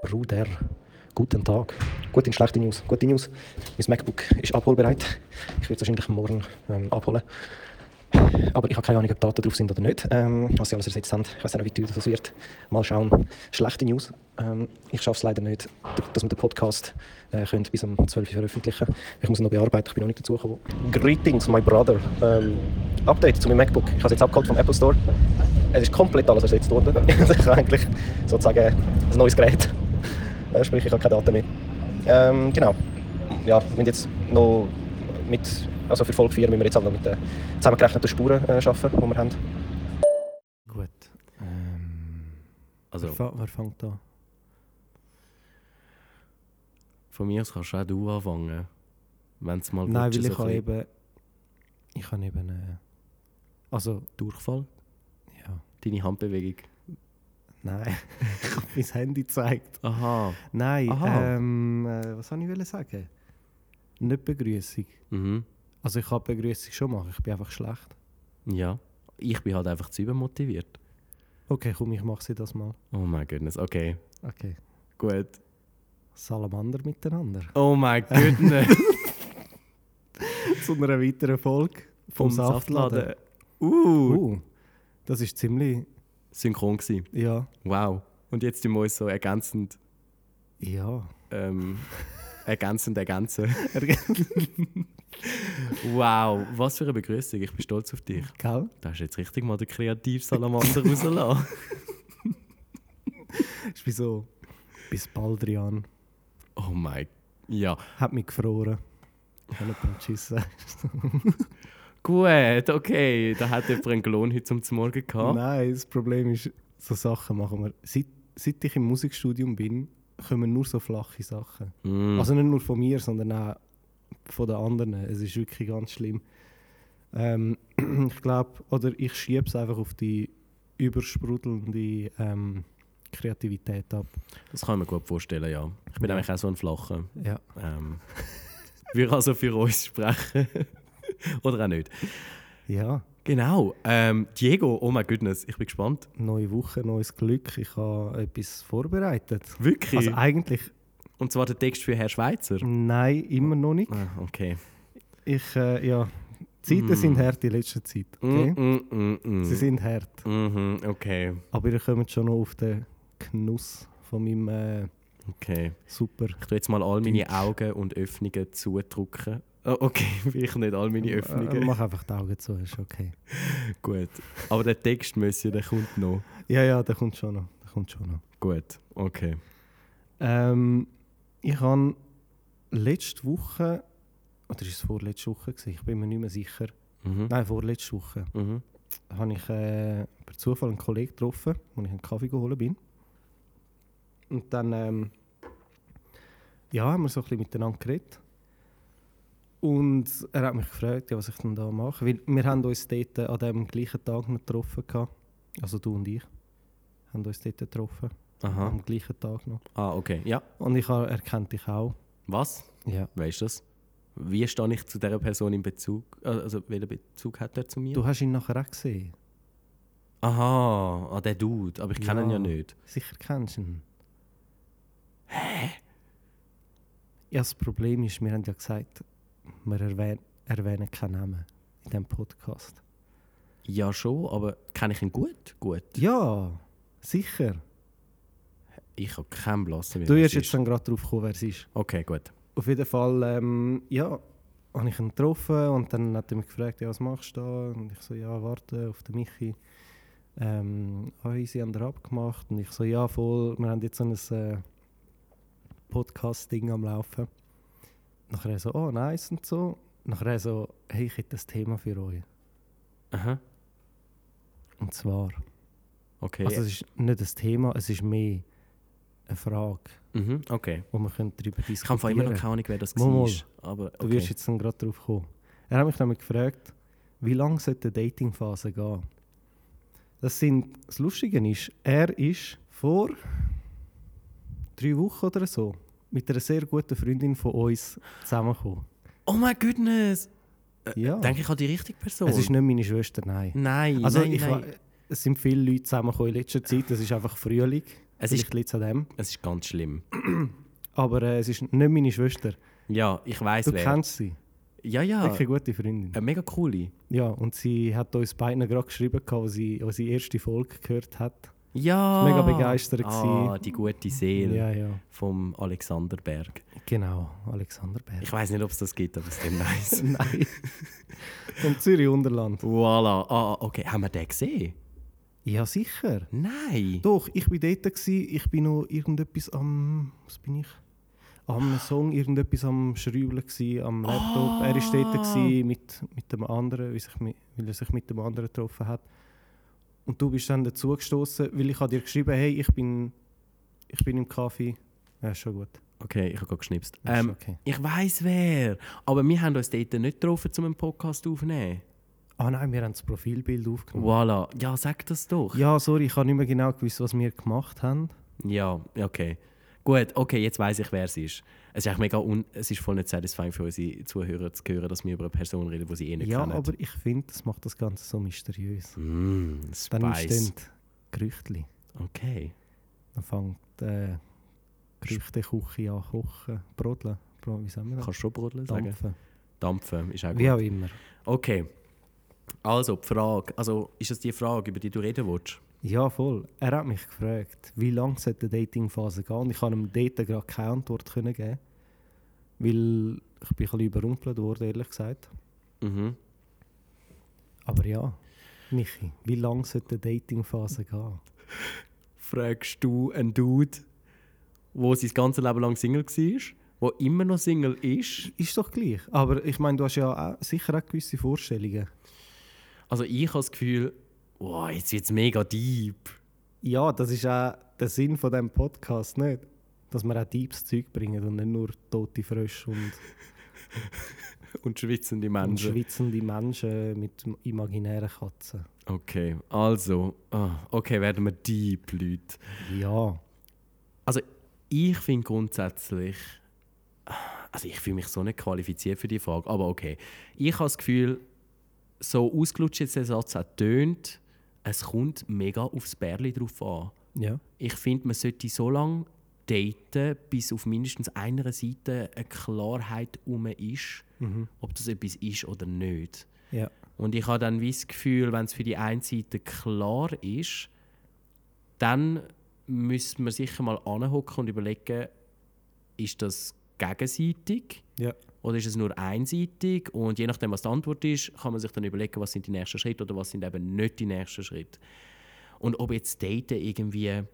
Bruder, guten Tag. Gute und schlechte News. Gute News. Mein MacBook ist abholbereit. Ich werde es wahrscheinlich morgen ähm, abholen. Aber ich habe keine Ahnung, ob Daten drauf sind oder nicht, ähm, was sie alles ersetzt haben. Ich weiß auch nicht, wie teuer das wird. Mal schauen. Schlechte News. Ähm, ich schaffe es leider nicht, d- dass wir den Podcast äh, könnt bis um 12 Uhr veröffentlichen Ich muss ihn noch bearbeiten, ich bin noch nicht dazu gekommen. Greetings, my brother. Ähm, Update zu meinem MacBook. Ich habe es jetzt abgeholt vom Apple Store. Es ist komplett alles ersetzt worden. ich habe eigentlich sozusagen ein neues Gerät. Äh, sprich, ich habe keine Daten mehr. Ähm, genau. Ja, wir müssen jetzt noch mit, also für Folge 4 müssen wir jetzt auch noch mit den zusammengerechneten Spuren äh, arbeiten, die wir haben. Gut. Ähm, wer, Also fa wer fängt an? von mir aus kannst auch du anfangen. Wenn es mal Nein, glitscht, so weil ich habe ein bisschen- eben. Ich habe eben. Äh, also, Durchfall, ja. deine Handbewegung. Nein. ich habe mein Handy gezeigt. Aha. Nein, Aha. ähm, äh, was wollte ich sagen? Nicht Begrüßung. Mhm. Also, ich kann Begrüßung schon machen, ich bin einfach schlecht. Ja. Ich bin halt einfach zu übermotiviert. Okay, komm, ich mache sie das mal. Oh mein Goodness, okay. Okay. Gut. Salamander miteinander. Oh mein Goodness. Zu einer weiteren Folge vom, Saftladen. Uh. Uh, das ist ziemlich. Synchron gewesen. Ja. Wow. Und jetzt tun wir uns so ergänzend, Ja. ähm, ergänzend ergänzen. wow. Was für eine Begrüßung. Ich bin stolz auf dich. Gell? Da hast du jetzt richtig mal den Kreativsalamander rausgelassen. Ist wie so. Bis Baldrian. Oh mein. Ja. Hat mich gefroren. Ich habe nicht Tschüss sagen. Gut, okay. Da hat jemand einen Lohn heute zum Morgen gehabt. Nein, das Problem ist, so Sachen machen wir. Seit, seit ich im Musikstudium bin, kommen nur so flache Sachen. Mm. Also nicht nur von mir, sondern auch von den anderen. Es ist wirklich ganz schlimm. Ähm, ich glaube, oder ich schiebe es einfach auf die übersprudelnde ähm, Kreativität ab. Das kann ich mir gut vorstellen, ja. Ich bin eigentlich auch so ein Flacher. Ja. Ähm, wir also für uns sprechen. Oder auch nicht. Ja, Genau. Ähm, Diego, oh mein Goodness, ich bin gespannt. neue Woche, neues Glück. Ich habe etwas vorbereitet. Wirklich? Also Mhm. eigentlich, Und zwar der Text für Herr Schweizer. nein, immer noch nicht. Ah, okay. Ich, äh, ja, die Zeiten sind hart in letzter Zeit. Okay? Mm, mm, mm, mm. Sie sind hart. Mhm, okay, Aber ihr kommt schon noch auf den Genuss von meinem äh, okay. super. Ich tue jetzt mal all meine Augen und Öffnungen zudrücken. Oh, okay, vielleicht nicht all meine Äh, Öffnungen. mach einfach die Augen zu, ist okay. Gut. Aber der Text müssen, der kommt noch. Ja, ja, der kommt schon noch. Der kommt schon noch. Gut, okay. Ähm, ich habe letzte Woche, oder ist es vorletzte Woche gewesen? Ich bin mir nicht mehr sicher. Mhm. Nein, vorletzte Woche. Mhm. habe ich äh, per Zufall einen Kollegen getroffen, wo ich einen Kaffee geholt bin. Und dann ähm, ja, haben wir so ein bisschen miteinander geredet. Und er hat mich gefragt, ja, was ich denn da mache. Weil wir haben uns dort an dem gleichen Tag noch getroffen. gehabt. Also du und ich haben uns dort getroffen. Aha. Am gleichen Tag noch. Ah, okay. Ja. Und ich habe, er kennt dich auch. Was? Ja. Weißt du das? Wie stehe ich zu dieser Person in Bezug? Äh, Also, welchen Bezug hat er zu mir? Du hast ihn nachher auch gesehen. Aha, ah, der Dude. Aber ich kenne ihn ja Ja. nicht. Sicher kennst du ihn. Hä? Ja, das Problem ist, wir haben ja gesagt, wir erwähnen, erwähnen keinen Namen in diesem Podcast. Ja, schon, aber kenne ich ihn gut? Gut. Ja, sicher. Ich habe keinen Blassen mehr. Du wirst jetzt dann gerade drauf kommen, wer es ist. Okay, gut. Auf jeden Fall, ähm, ja, habe ich ihn getroffen und dann hat er mich gefragt, ja, was machst du da? Und ich so, ja, warte auf den Michi. Ähm, ah, sie haben da abgemacht und ich so, ja, voll, wir haben jetzt so ein äh, Podcast-Ding am Laufen. Nachher er so, oh, nice und so. Nachher er so, hey, ich hätte ein Thema für euch. Aha. Und zwar, Okay. also es ist nicht ein Thema, es ist mehr eine Frage, mhm, okay. wo wir können darüber diskutieren Ich habe vorhin immer noch keine Ahnung, wer das Mal, mal. war. Aber okay. Du wirst jetzt dann gerade drauf kommen. Er hat mich nämlich gefragt, wie lange sollte die Datingphase gehen? Das, sind, das Lustige ist, er ist vor drei Wochen oder so mit einer sehr guten Freundin von uns zusammengekommen. oh mein Goodness! Äh, Ja. Denke ich an die richtige Person? Es ist nicht meine Schwester, nein. nein, Also nein, ich, nein. wa- es sind viele Leute zusammengekommen in letzter Zeit, es ist einfach Frühling. Es ist, Vielleicht liegt es an dem. es ist ganz schlimm. Aber äh, es ist nicht meine Schwester. Ja, ich weiß Du wer. kennst sie. ja, ja. Wirklich eine gute Freundin. Eine mega coole. Ja, und sie hat uns beiden gerade geschrieben, gehabt, als sie unsere erste Folge gehört hat. Ja. Mega begeistert Ah, gewesen. die gute Seele Ja, ja. vom Alexander Berg. Genau, Alexander Berg. Ich weiß nicht, ob es das gibt, aber es ist nice. Nein. Vom Zürich Unterland. voilà. Ah, okay. Haben wir den gesehen? Ja, sicher. Nein. Doch, ich war dort, gewesen, ich bin noch irgendetwas am. Was bin ich? Am Song, irgendetwas am Schrübeln, gewesen, am Laptop. Er war dort gewesen mit, mit dem anderen, weil, sich, mi- weil er sich mit dem anderen getroffen hat. Und du bist dann dazugestoßen, weil ich hab dir geschrieben hey, ich bin, ich bin im Kaffee. Ja, ist schon gut. Okay, ich habe gerade geschnipst. Ja, ist Ähm, okay. Ich weiß wer. Aber wir haben uns dort nicht getroffen, um einen Podcast aufzunehmen. Ah nein, wir haben das Profilbild aufgenommen. Voilà. Ja, sag das doch. Mhm. Ja, sorry, ich habe nicht mehr genau gewusst, was wir gemacht haben. Ja, okay. Gut, okay, jetzt weiß ich, wer es ist. Es ist eigentlich mega un es ist voll nicht satisfying für unsere Zuhörer zu hören, dass wir über eine Person reden, die sie eh nicht ja, kennen. aber ich finde, das macht das Ganze so mysteriös. Mm, Dann Spice. entstehen Gerüchte. Okay. Dann fängt äh, Gerüchteküche an, kochen, brodeln. Bro, wie sagen wir das? Kannst du schon brodeln sagen? Dampfen. Dampfen ist auch gut. Wie auch immer. Okay. Also, die Frage. Also, ist das die Frage, über die du reden willst? Ja, voll. Er hat mich gefragt, wie lange sollte die Datingphase gehen? Und ich habe ihm dort gerade keine Antwort können geben. Weil ich bin ein bisschen überrumpelt worden, ehrlich gesagt. Mhm. Aber ja, Michi, wie lange sollte die Datingphase gehen? Fragst du einen Dude, der sein ganzes Leben lang Single war, der immer noch Single ist? Ist doch gleich. Aber ich meine, du hast ja auch sicher auch gewisse Vorstellungen. Also, ich habe das Gefühl, wow, jetzt wird es mega deep. Ja, das ist auch der Sinn von diesem Podcast, nicht? Dass wir auch deepes Zeug bringen und nicht nur tote Frösche und, Und schwitzende und Menschen. schwitzende Menschen mit imaginären Katzen. okay, also, ah, okay, werden wir deep, Leute. Ja. Also, ich finde grundsätzlich, also ich fühle mich so nicht qualifiziert für die Frage, aber okay. Ich habe das Gefühl, so ausgelutscht jetzt der Satz auch tönt, es kommt mega aufs Bärli drauf an. Ja. Ich finde, man sollte so lange daten, bis auf mindestens einer Seite eine Klarheit herum ist, ob das etwas ist oder nicht. Ja. Und ich habe dann wie das Gefühl, wenn es für die eine Seite klar ist, dann müsste man sicher mal anhocken und überlegen, ist das gegenseitig Ja. oder ist es nur einseitig? Und je nachdem, was die Antwort ist, kann man sich dann überlegen, was sind die nächsten Schritte oder was sind eben nicht die nächsten Schritte. Und ob jetzt Daten irgendwie.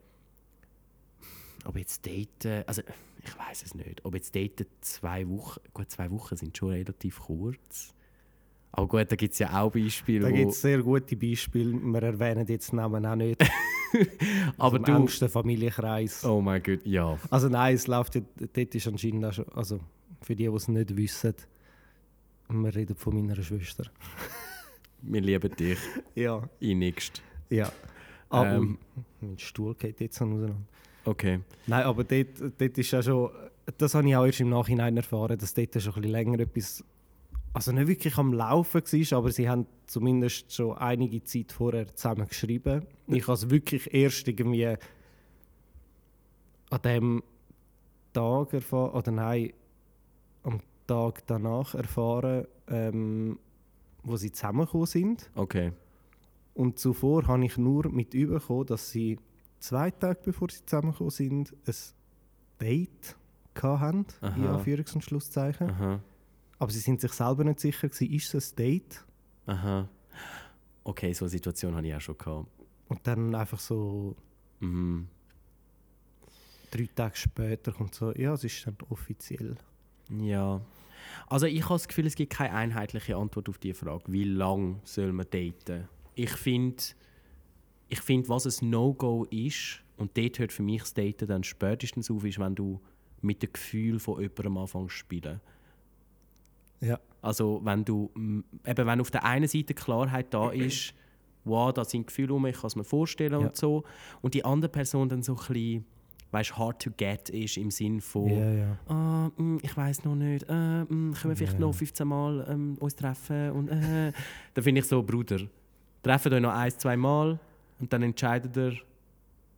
Ob jetzt Daten. Also, ich weiß es nicht. Ob jetzt Daten zwei Wochen. Gut, zwei Wochen sind schon relativ kurz. Aber gut, da gibt es ja auch Beispiele. Da wo- gibt es sehr gute Beispiele. Wir erwähnen jetzt Namen auch nicht. aber Im du. engsten Familienkreis. Oh mein Gott, ja. Also nein, es läuft ja, dort ist anscheinend auch schon, also für die, die es nicht wissen, wir reden von meiner Schwester. Wir lieben dich. Ja. Innigst. Ja. Aber Ähm. mein Stuhl geht jetzt noch auseinander. Okay. Nein, aber dort, dort ist ja schon, das habe ich auch erst im Nachhinein erfahren, dass dort schon ein bisschen länger etwas, also nicht wirklich am Laufen war, aber sie haben zumindest schon einige Zeit vorher zusammen geschrieben. Ich habe es wirklich erst irgendwie an dem Tag erfahren, oder nein, am Tag danach erfahren, ähm, wo sie zusammengekommen sind. Okay. Und zuvor habe ich nur mitbekommen, dass sie zwei Tage bevor sie zusammengekommen sind, ein Date hatten, in Aha. Anführungs- und Schlusszeichen. Aha. Aber sie sind sich selber nicht sicher, gewesen, ist es ein Date? Aha. Okay, so eine Situation hatte ich auch schon. Gehabt. Und dann einfach so Mhm. drei Tage später kommt so, ja, es ist dann offiziell. Ja. Also ich habe das Gefühl, es gibt keine einheitliche Antwort auf die Frage, wie lange soll man daten? Ich finde, ich find, was ein No-Go ist, und dort hört für mich das Daten dann spätestens auf, ist, wenn du mit dem Gefühl von jemandem anfängst zu spielen. Ja. Also wenn du, m, eben wenn auf der einen Seite Klarheit da ist, wow, da sind Gefühle um, ich kann es mir vorstellen Ja. und so, und die andere Person dann so ein bisschen, weißt, hard to get ist im Sinn von Ja, ja. «Ah, mm, ich weiß noch nicht, äh, mm, können wir vielleicht noch 15 Mal ähm, uns treffen? Und, äh, dann finde ich so, Bruder, treffen euch noch ein, zwei Mal und dann entscheidet ihr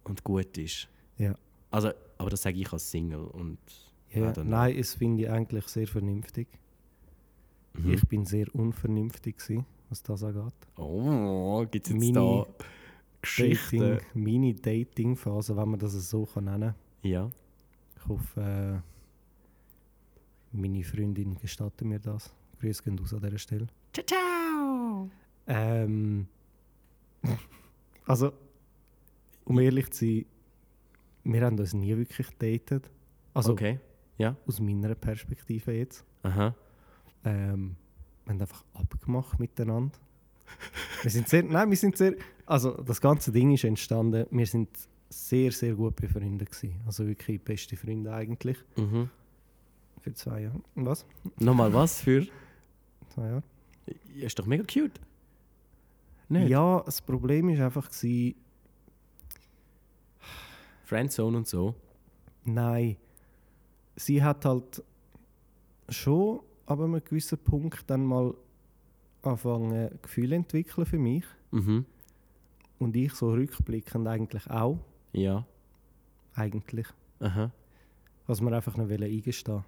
und gut ist. Ja. Also, aber das sage ich als Single und I Ja, don't know. nein, es finde ich eigentlich sehr vernünftig. Mhm. Ich bin sehr unvernünftig, gewesen, was das angeht. Oh, gibt es jetzt Mini da Dating, Geschichten? meine Dating-Phase, wenn man das so kann nennen kann. Ja. Ich hoffe, äh, meine Freundin gestattet mir das. Grüße gehen aus an dieser Stelle. Ciao, ciao! Ähm, also, um ehrlich zu sein, wir haben uns nie wirklich datet. Also Okay. Ja. aus meiner Perspektive jetzt. Aha. Ähm, wir haben einfach abgemacht miteinander. Wir sind sehr, nein, wir sind sehr, also das ganze Ding ist entstanden, wir sind sehr, sehr gut befreundet gewesen. Also wirklich beste Freunde eigentlich. Mhm. Für zwei Jahre. Was? Nochmal was für. Zwei Jahre? Ist doch mega cute. Nicht? Ja, das Problem ist einfach gewesen, Friendzone und so. Nein. Sie hat halt schon ab einem gewissen Punkt dann mal angefangen, Gefühle entwickeln für mich. Mhm. Und ich so rückblickend eigentlich auch. Ja. Eigentlich. Aha. Was man einfach nicht wollte eingestehen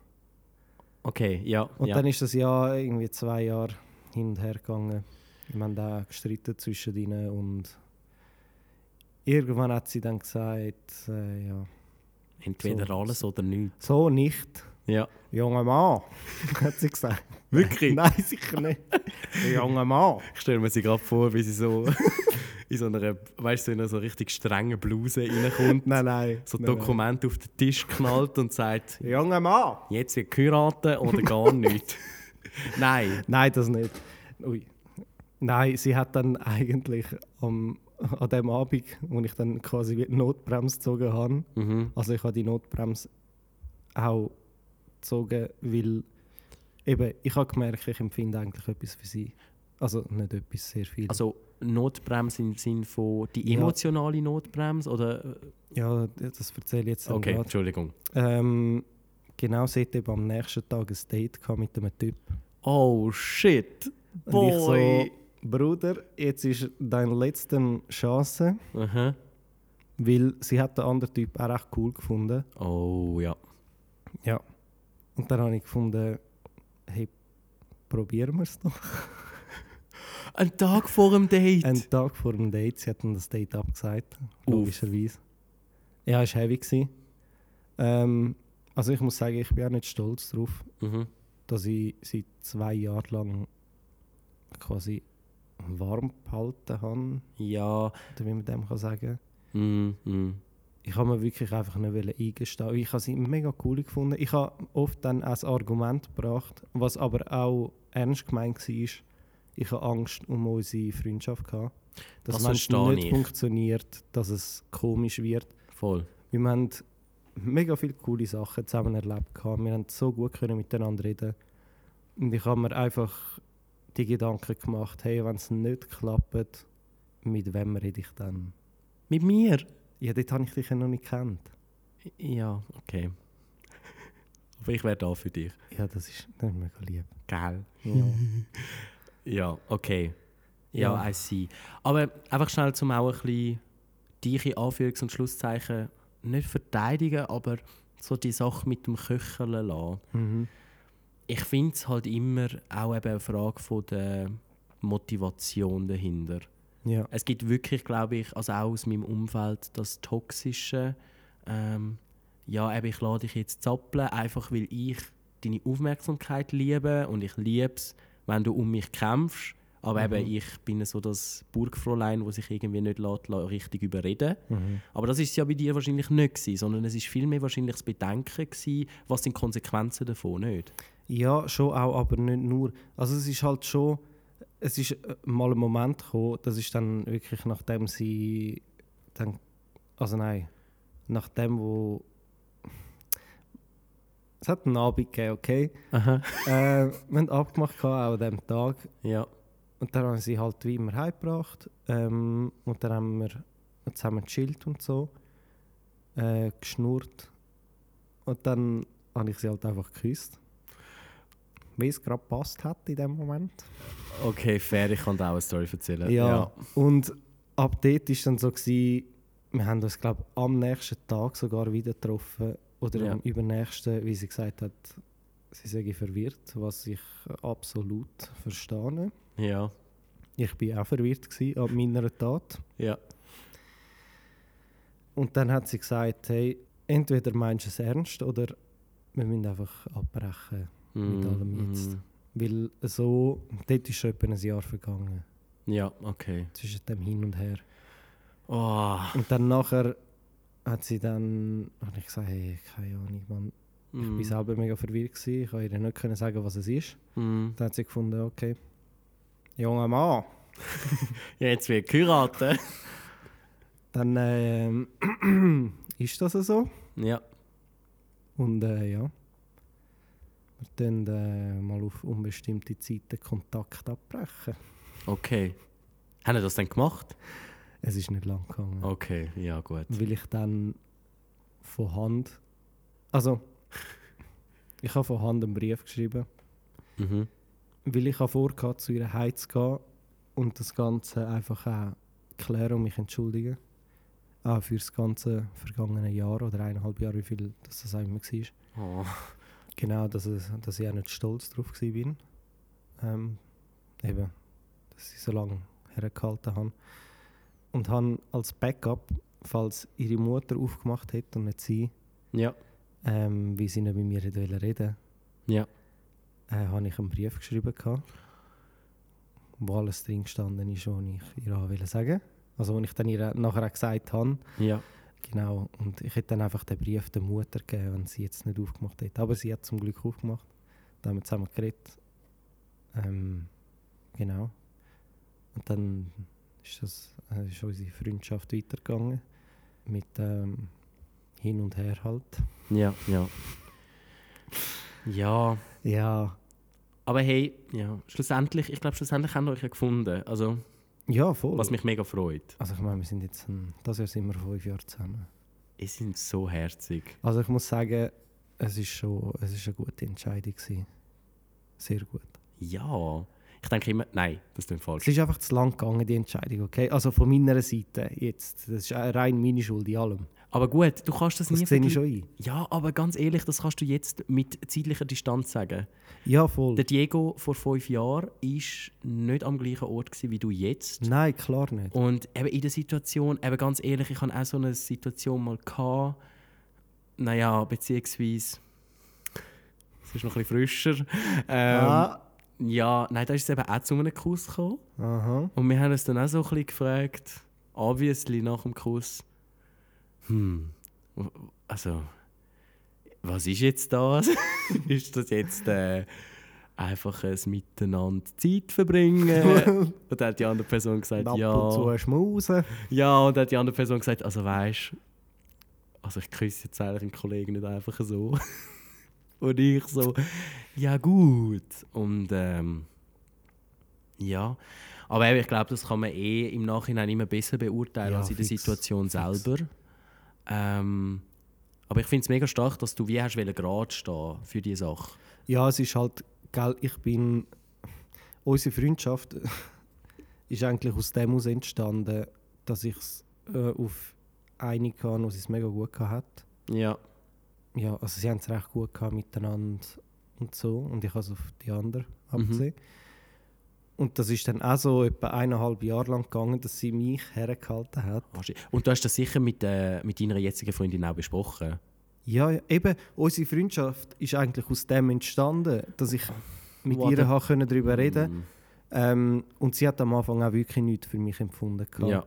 Okay, ja. Und ja. dann ist das Jahr irgendwie zwei Jahre hin und her gegangen. Wir haben da gestritten zwischen ihnen und irgendwann hat sie dann gesagt, äh, ja, Entweder so- alles oder nichts. so nicht, Ja. junger Mann, hat sie gesagt. Wirklich? Nein, sicher nicht. Junger Mann. Ich stelle mir sie gerade vor, wie sie so in so einer, weißt du, in einer so richtig strengen Bluse reinkommt, Nein, nein. so nein, Dokumente auf den Tisch knallt und sagt, nein. Junger Mann. jetzt wird geheiratet oder gar nicht. Nein. Nein, das nicht. Ui. Nein, sie hat dann eigentlich am, an dem Abend, wo ich dann quasi wie die Notbremse gezogen habe, Mhm. also ich habe die Notbremse auch gezogen, weil eben, ich habe gemerkt, ich empfinde eigentlich etwas für sie. Also nicht etwas, sehr viel. Also Notbremse im Sinn von die Ja. emotionale Notbremse oder... äh, ja, das erzähle ich jetzt dann Okay, gerade. Entschuldigung. Ähm, genau, sie hat eben am nächsten Tag ein Date gehabt mit einem Typ. Oh shit. Und ich Boy. so, Bruder, jetzt ist deine letzte Chance, Aha. weil sie hat den anderen Typ auch recht cool gefunden. Oh ja. Ja. Und dann habe ich gefunden, hey, probieren wir es doch. Ein Tag vor dem Date. Einen Tag vor dem Date, sie hat dann das Date abgesagt, Uff. logischerweise. Ja, es war heavy. gewesen. Ähm, also ich muss sagen, ich bin auch nicht stolz darauf, mhm. dass ich seit zwei Jahren lang quasi warm behalten habe, Ja. oder wie man dem kann sagen kann. Mhm. Mhm. ich habe mir wirklich einfach nicht wollen eingestehen. Ich habe sie mega cool gefunden. Ich habe oft dann als Argument gebracht, was aber auch ernst gemeint war. Ich habe Angst um unsere Freundschaft gehabt. Dass Das wenn es verstehe nicht ich. funktioniert, dass es komisch wird. Voll. Wir haben mega viele coole Sachen zusammen erlebt. gehabt. Wir haben so gut können miteinander reden. Und ich habe mir einfach die Gedanken gemacht, hey, wenn es nicht klappt, mit wem rede ich dann? Mit mir? Ja, dort habe ich dich ja noch nicht kennt. Ja, okay. Aber ich wäre da für dich. Ja, das ist, das ist mega lieb. Geil. Ja. Ja, okay. Ja, Ja. I see. Aber einfach schnell zum auch ein bisschen dich in Anführungs- und Schlusszeichen nicht verteidigen, aber so die Sache mit dem Köcheln lassen. mhm. Ich finde es halt immer auch eben eine Frage von der Motivation dahinter. ja. Es gibt wirklich, glaube ich, also auch aus meinem Umfeld, das Toxische. Ähm, ja, eben, ich lade dich jetzt zappeln, einfach weil ich deine Aufmerksamkeit liebe und ich liebe es, wenn du um mich kämpfst. Aber eben, ich bin so das Burgfräulein, das sich irgendwie nicht lässt, la- richtig überreden Aber das ist ja bei dir wahrscheinlich nicht, gewesen, sondern es ist vielmehr wahrscheinlich das Bedenken, gewesen, was sind die Konsequenzen davon nicht. ja, schon auch, aber nicht nur. Also es ist halt schon, es ist äh, mal ein Moment gekommen, das ist dann wirklich nachdem sie, dann, also nein, nachdem wo, es hat einen Abend gegeben, okay? Aha. äh, wir haben abgemacht, gehabt, auch an diesem Tag. Ja. Und dann haben sie halt wie immer heimgebracht. Ähm, und dann haben wir zusammen gechillt und so. Äh, geschnurrt. Und dann habe ich sie halt einfach geküsst. Wie es gerade passt hat in dem Moment. Okay, fair, ich kann dir auch eine Story erzählen. Und ab dort war dann so, gewesen, wir haben uns, glaube ich, am nächsten Tag sogar wieder getroffen. Oder Ja. am übernächsten, wie sie gesagt hat, sie sei verwirrt, was ich absolut verstehe. Ja, Ich war auch verwirrt gewesen an meiner Tat. ja. Und dann hat sie gesagt, hey, entweder meinst du es ernst oder wir müssen einfach abbrechen. Mit allem jetzt. Weil so, dort ist schon etwa ein Jahr vergangen, Ja, okay. zwischen dem Hin und Her. Oh. Und dann nachher hat sie dann, habe ich gesagt, hey, keine Ahnung, Mann. Ich war selber mega verwirrt, gewesen. ich konnte ihr nicht können sagen, was es ist. Mm. Dann hat sie gefunden, okay, junger Mann, Jetzt wird geheiratet. dann ähm, ist das so. ja. Und äh, ja, wir dann äh, mal auf unbestimmte Zeit den Kontakt abbrechen. Okay. Haben ihr das denn gemacht? Es ist nicht lang gegangen. Okay, ja gut. weil ich dann von Hand, also ich habe von Hand einen Brief geschrieben, Mhm. weil ich habe vorgehabt, zu ihrer Heiz zu gehen und das Ganze einfach auch klären und mich entschuldigen. Auch für das ganze vergangene Jahr oder eineinhalb Jahre, wie viel das, das auch immer war. Oh. Genau, dass, es, dass ich auch nicht stolz drauf war. Ähm, eben, dass ich so lange hergehalten habe. Und habe als Backup, falls ihre Mutter aufgemacht hätte und nicht sie, Ja. ähm, wie sie nicht mit mir hätte wollen reden Ja. äh, habe ich einen Brief geschrieben, gehabt, wo alles drin gestanden ist, was ich ihr auch wollte sagen Also, was ich dann ihr nachher auch gesagt habe. Ja. Genau, und ich hätte dann einfach den Brief der Mutter gegeben, wenn sie jetzt nicht aufgemacht hätte. Aber sie hat zum Glück aufgemacht. Da haben wir zusammen geredet. Ähm, genau. Und dann ist, das, äh, ist unsere Freundschaft weitergegangen. Mit ähm, Hin und Her halt. Ja. Ja. Ja. Ja, Aber hey, ja. Schlussendlich, ich glaube, schlussendlich haben wir euch ja gefunden. Also, ja voll. was mich mega freut. also ich meine, wir sind jetzt, ein, das Jahr sind wir fünf Jahre zusammen. Ihr sind so herzig. Also ich muss sagen, es ist schon es ist eine gute Entscheidung gewesen. Sehr gut. Ja. Ich denke immer, nein, das ist falsch. Es ist einfach zu lang gegangen, die Entscheidung, okay? Also von meiner Seite jetzt. Das ist rein meine Schuld in allem. Aber gut, du kannst das, Das nie sehe ich vergleichen. schon ein. Ja, aber ganz ehrlich, das kannst du jetzt mit zeitlicher Distanz sagen. Ja, voll. Der Diego vor fünf Jahren ist nicht am gleichen Ort gewesen, wie du jetzt. Nein, klar nicht. Und eben in der Situation, eben ganz ehrlich, ich hatte auch so eine Situation mal. Gehabt. Naja, beziehungsweise. Es ist noch ein bisschen frischer. Ähm, ah. Ja, nein, da ist es eben auch zu einem Kuss gekommen. Aha. Und wir haben uns dann auch so ein bisschen gefragt, obviously nach dem Kuss, hm, w- also, was ist jetzt das? ist das jetzt äh, einfach ein Miteinander Zeit verbringen? und dann hat die andere Person gesagt, Ab und ja. zu schmusen. Ja, und dann hat die andere Person gesagt, also weißt also ich küsse jetzt eigentlich einen Kollegen nicht einfach so. und ich so, ja gut. Und ähm, ja. Aber eben, ich glaube, das kann man eh im Nachhinein immer besser beurteilen Ja, als in der fix, Situation selber. Ähm, aber ich finde es mega stark, dass du wie hast wollen gerade stehen für diese Sache. Ja, es ist halt, gell, ich bin... Unsere Freundschaft ist eigentlich aus dem heraus entstanden, dass ich es äh, auf eine kann, was es mega gut hatte. Ja. ja, also sie haben es recht gut gehabt miteinander und so. Und ich habe es auf die anderen abgesehen. Und das ist dann auch so etwa eineinhalb Jahre lang gegangen, dass sie mich hergehalten hat. Und du hast das sicher mit, äh, mit deiner jetzigen Freundin auch besprochen. Ja, ja, eben, unsere Freundschaft ist eigentlich aus dem entstanden, dass ich mit What the- ihr habe können darüber reden Mm. ähm, Und sie hat am Anfang auch wirklich nichts für mich empfunden. Ja. Gehabt.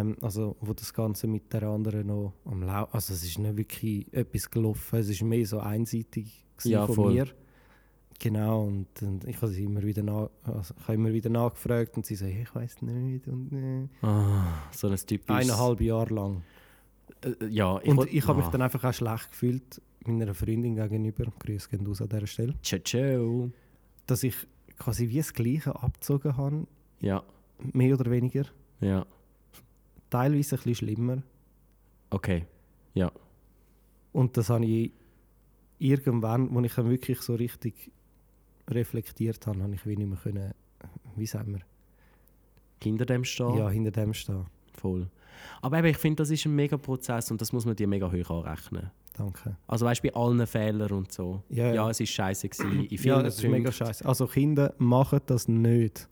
Ähm, also, wo das Ganze mit der anderen noch am Laufen. Also, es ist nicht wirklich etwas gelaufen, es ist mehr so einseitig gewesen Ja, von voll. mir. Genau, und, und ich habe sie immer wieder, na, also, ich habe immer wieder nachgefragt und sie sagt, ich weiß nicht. Und, äh, Ah, so ein typisch. eineinhalb Jahre lang. Äh, ja, und wollt- ich habe mich Ah. dann einfach auch schlecht gefühlt meiner Freundin gegenüber, grüß gehen aus an dieser Stelle, Ciao, ciao. dass ich quasi wie das Gleiche abgezogen habe, Ja, mehr oder weniger. ja. Teilweise ein bisschen schlimmer. Okay. Ja. Und das habe ich irgendwann, als ich dann wirklich so richtig reflektiert habe, habe ich wie nicht mehr können, wie sagen wir, Hinter dem stehen. ja, hinter dem stehen. Voll. Aber eben, ich finde, das ist ein mega Prozess und das muss man dir mega hoch anrechnen. Danke. Also weißt du, bei allen Fehlern und so. Ja, ja. es ist scheiße gewesen. In vielen Ja, das ist Punkten. mega scheiße. Also Kinder, machen das nicht.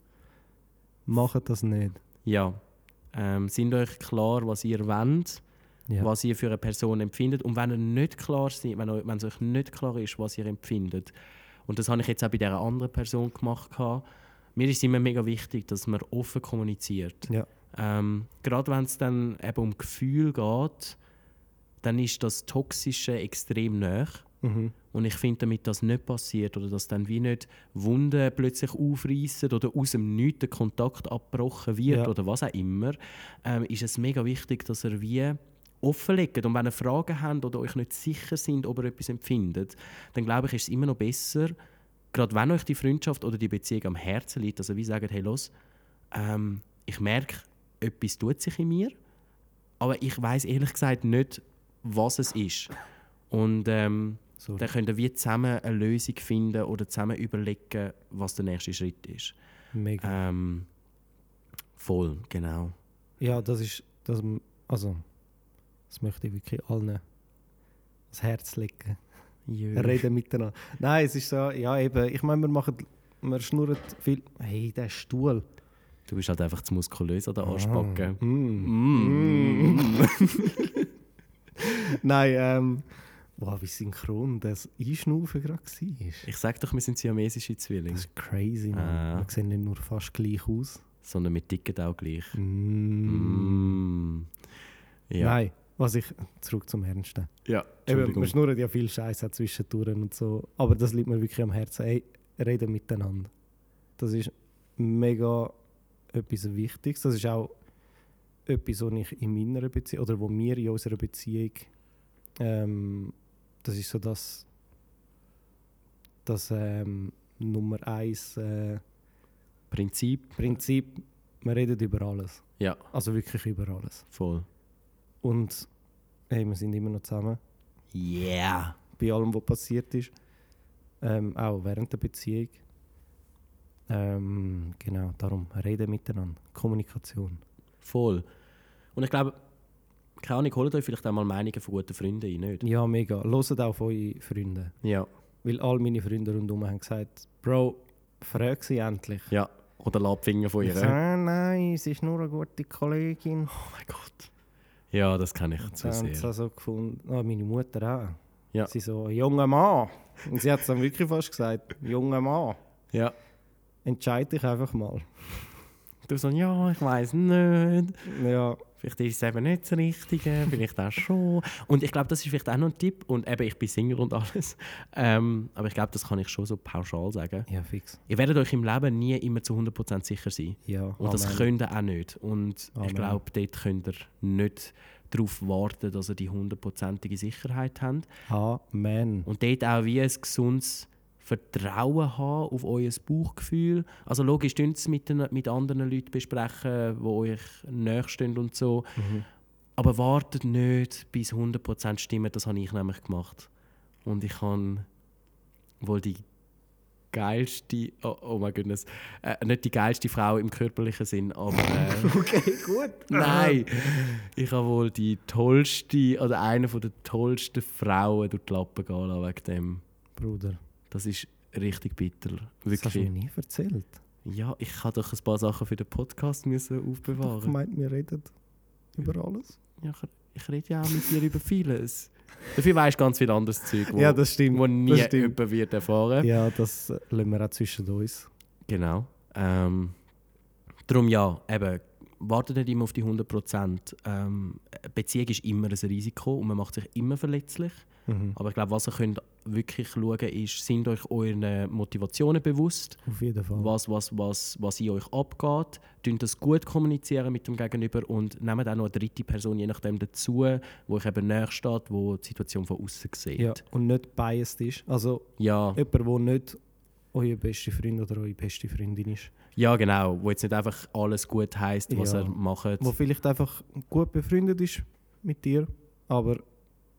Machen das nicht. Ja. Ähm, sind euch klar, was ihr wollt, Ja. was ihr für eine Person empfindet. Und wenn ihr nicht klar seid, wenn, eu- wenn es euch nicht klar ist, was ihr empfindet. Und das habe ich jetzt auch bei dieser anderen Person gemacht. gehabt. Mir ist es immer mega wichtig, dass man offen kommuniziert. Ja. Ähm, gerade wenn es dann eben um Gefühl geht, dann ist das Toxische extrem nah. Mhm. Und ich finde, damit das nicht passiert oder dass dann wie nicht Wunden plötzlich aufreißen oder aus dem Nichts der Kontakt abgebrochen wird Ja. oder was auch immer, ähm, ist es mega wichtig, dass ihr wie offenlegt. Und wenn ihr Fragen habt oder euch nicht sicher sind, ob ihr etwas empfindet, dann glaube ich, ist es immer noch besser, gerade wenn euch die Freundschaft oder die Beziehung am Herzen liegt, dass ihr wie sagt, hey, los, ähm, ich merke, etwas tut sich in mir, aber ich weiß ehrlich gesagt nicht, was es ist. Und ähm, So. dann können wir zusammen eine Lösung finden oder zusammen überlegen, was der nächste Schritt ist. Mega. Ähm, voll, genau. Ja, das ist. Das, also, das möchte ich wirklich allen ans Herz legen. Jö. Reden miteinander. Nein, es ist so, ja eben, ich meine, wir machen. Wir schnurren viel. Hey, der Stuhl. Du bist halt einfach zu muskulös Ah. an der Arschbacke. Hm. Nein, ähm. Wow, wie synchron das Einschnaufen gerade war. Ich sag doch, wir sind siamesische Zwillinge, Das ist crazy, man. Ah. Wir sehen nicht nur fast gleich aus. sondern mit dicken auch gleich. Mm. Mm. Ja. Nein, was ich. Zurück zum Ernsten. ja. Eben, Entschuldigung. wir schnurren ja viel Scheiße zwischendurch und so. Aber das liegt mir wirklich am Herzen. Ey, reden miteinander. Das ist mega etwas Wichtiges. Das ist auch etwas, was ich in meiner Beziehung oder wo wir in unserer Beziehung. Ähm, das ist so das. Das ähm, Nummer eins äh, Prinzip, Prinzip. Wir reden über alles. ja, Also wirklich über alles. voll. Und hey, wir sind immer noch zusammen. Yeah. bei allem, was passiert ist. Ähm, auch während der Beziehung. Ähm, genau, darum reden miteinander. Kommunikation. Voll. Und ich glaube, keine Ahnung, holt euch vielleicht einmal Meinungen von guten Freunden ein, nicht? Ja, mega. Hört auf eure Freunde. Ja. Weil all meine Freunde rundherum haben gesagt, Bro, frag sie endlich. Ja. Oder Labfinger von Ich ihr. so, ah, nein, sie ist nur eine gute Kollegin. Oh mein Gott. Ja, das kann ich zu Dann haben sehr. sie so gefunden. Ah, meine Mutter auch. Ja. Sie so, junger Mann. Und sie hat es dann wirklich fast gesagt, junger Mann, Ja. entscheide dich einfach mal. Du so, ja, ich weiß nicht. Ja, Vielleicht ist es eben nicht das Richtige, vielleicht auch schon. Und ich glaube, das ist vielleicht auch noch ein Tipp. Und eben, ich bin Single und alles. Ähm, aber ich glaube, das kann ich schon so pauschal sagen. ja fix. Ihr werdet euch im Leben nie immer zu 100% sicher sein. Ja, Und das Amen. könnt ihr auch nicht. Und Amen. ich glaube, dort könnt ihr nicht darauf warten, dass ihr die hundertprozentige Sicherheit habt. Amen. Und dort auch wie ein gesundes Vertrauen haben auf euer Bauchgefühl. Also logisch, könnt es mit, den- mit anderen Leuten besprechen, die euch nahestehen und so. Mhm. Aber wartet nicht, bis 100% stimmen. Das habe ich nämlich gemacht. Und ich habe wohl die geilste, oh, oh mein Gott, äh, nicht die geilste Frau im körperlichen Sinn, aber... Äh, Okay, gut. Nein! Ich habe wohl die tollste oder eine von der tollsten Frauen durch die Lappen gehen lassen wegen dem. Bruder, Das ist richtig bitter. das hast du mir Wirklich. nie erzählt. Ja, ich habe doch ein paar Sachen für den Podcast müssen Ich aufbewahren. meinte, wir reden über alles. Ja, ich, ich rede ja auch mit dir über vieles. Dafür weisst du ganz viel anderes Zeug, wo, Ja, das stimmt. wo nie das stimmt. jemand wird erfahren. Ja, das äh, lassen wir auch zwischen uns. Genau. Ähm, darum ja, eben, wartet nicht immer auf die 100%. Ähm, eine Beziehung ist immer ein Risiko und man macht sich immer verletzlich. Mhm. Aber ich glaube, was ihr könnt wirklich schauen könnt, ist, sind euch euren Motivationen bewusst, Auf jeden Fall. was, was, was, was in euch abgeht, tun das gut kommunizieren mit dem Gegenüber und nehmt auch noch eine dritte Person, je nachdem, dazu, wo euch eben näher steht, wo die Situation von außen sieht. Ja, und nicht biased ist. Also ja. jemand, der nicht euer bester Freund oder eure beste Freundin ist. Ja, genau. Wo jetzt nicht einfach alles gut heisst, was Ja. er macht. Wo vielleicht einfach gut befreundet ist mit dir, aber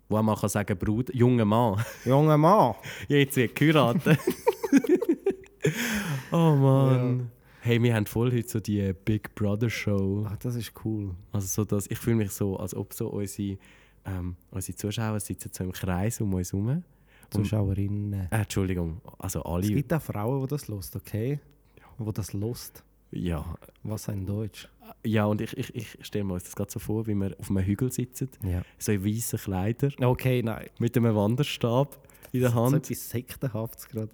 Wo man kann sagen, Brut, junger Mann, junger Mann. jetzt wird geheiratet. oh Mann. Hey, wir haben voll heute so die Big Brother Show. Ah, das ist cool. Also so das, ich fühle mich so, als ob so unsere, ähm, unsere Zuschauer sitzen so im Kreis um uns herum. Zuschauerinnen. Äh, Entschuldigung, also Es alle. gibt auch Frauen, die das lost, okay? Wo das lost. Ja, Was ein Deutsch. ja und ich, ich, ich stelle mir uns das gerade so vor, wie wir auf einem Hügel sitzen, Ja. so in weißen Kleider, Okay, nein. mit einem Wanderstab in der So Hand. etwas Sektenhaftes gerade.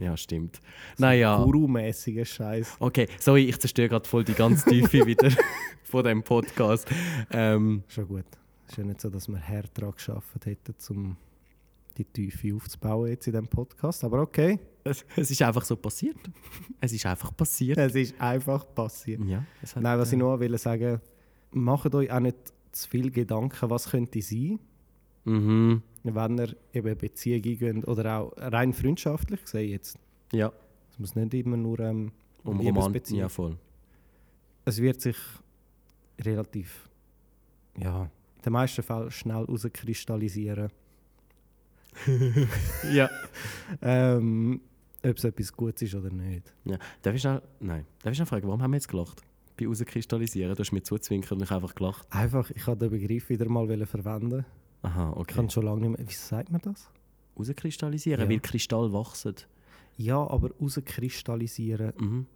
Ja, stimmt. Naja, Guru-mäßiger Scheiß. okay, sorry, ich zerstöre gerade voll die ganze Tiefe wieder von diesem Podcast. Ähm, Schon gut. Ist ja nicht so, dass wir hart daran gearbeitet hätten, um die Tiefe aufzubauen jetzt in diesem Podcast. Aber okay, es, es ist einfach so passiert. Es ist einfach passiert. es ist einfach passiert. Ja, es hat, Nein, was äh, ich noch will sagen, macht euch auch nicht zu viel Gedanken, was könnte sein, Mhm. wenn ihr eben eine Beziehung eingeht oder auch rein freundschaftlich gesehen jetzt. Ja, Es muss nicht immer nur ähm, um Roman. Liebesbeziehung. Ja, voll. Es wird sich relativ, ja, in den meisten Fällen schnell herauskristallisieren, Ja. ähm, ob es etwas Gutes ist oder nicht. ja. Darf ich schnell, nein. Darf ich schnell fragen, warum haben wir jetzt gelacht? Bei rauskristallisieren, du hast mir zuzwinkern und ich habe einfach gelacht. Einfach, ich wollte den Begriff wieder mal wollen verwenden. Aha, Ich okay. kann schon lange nicht mehr. Wie sagt man das? Rauskristallisieren, Ja. weil Kristall wachsen. Ja, aber herauskristallisieren. Mhm.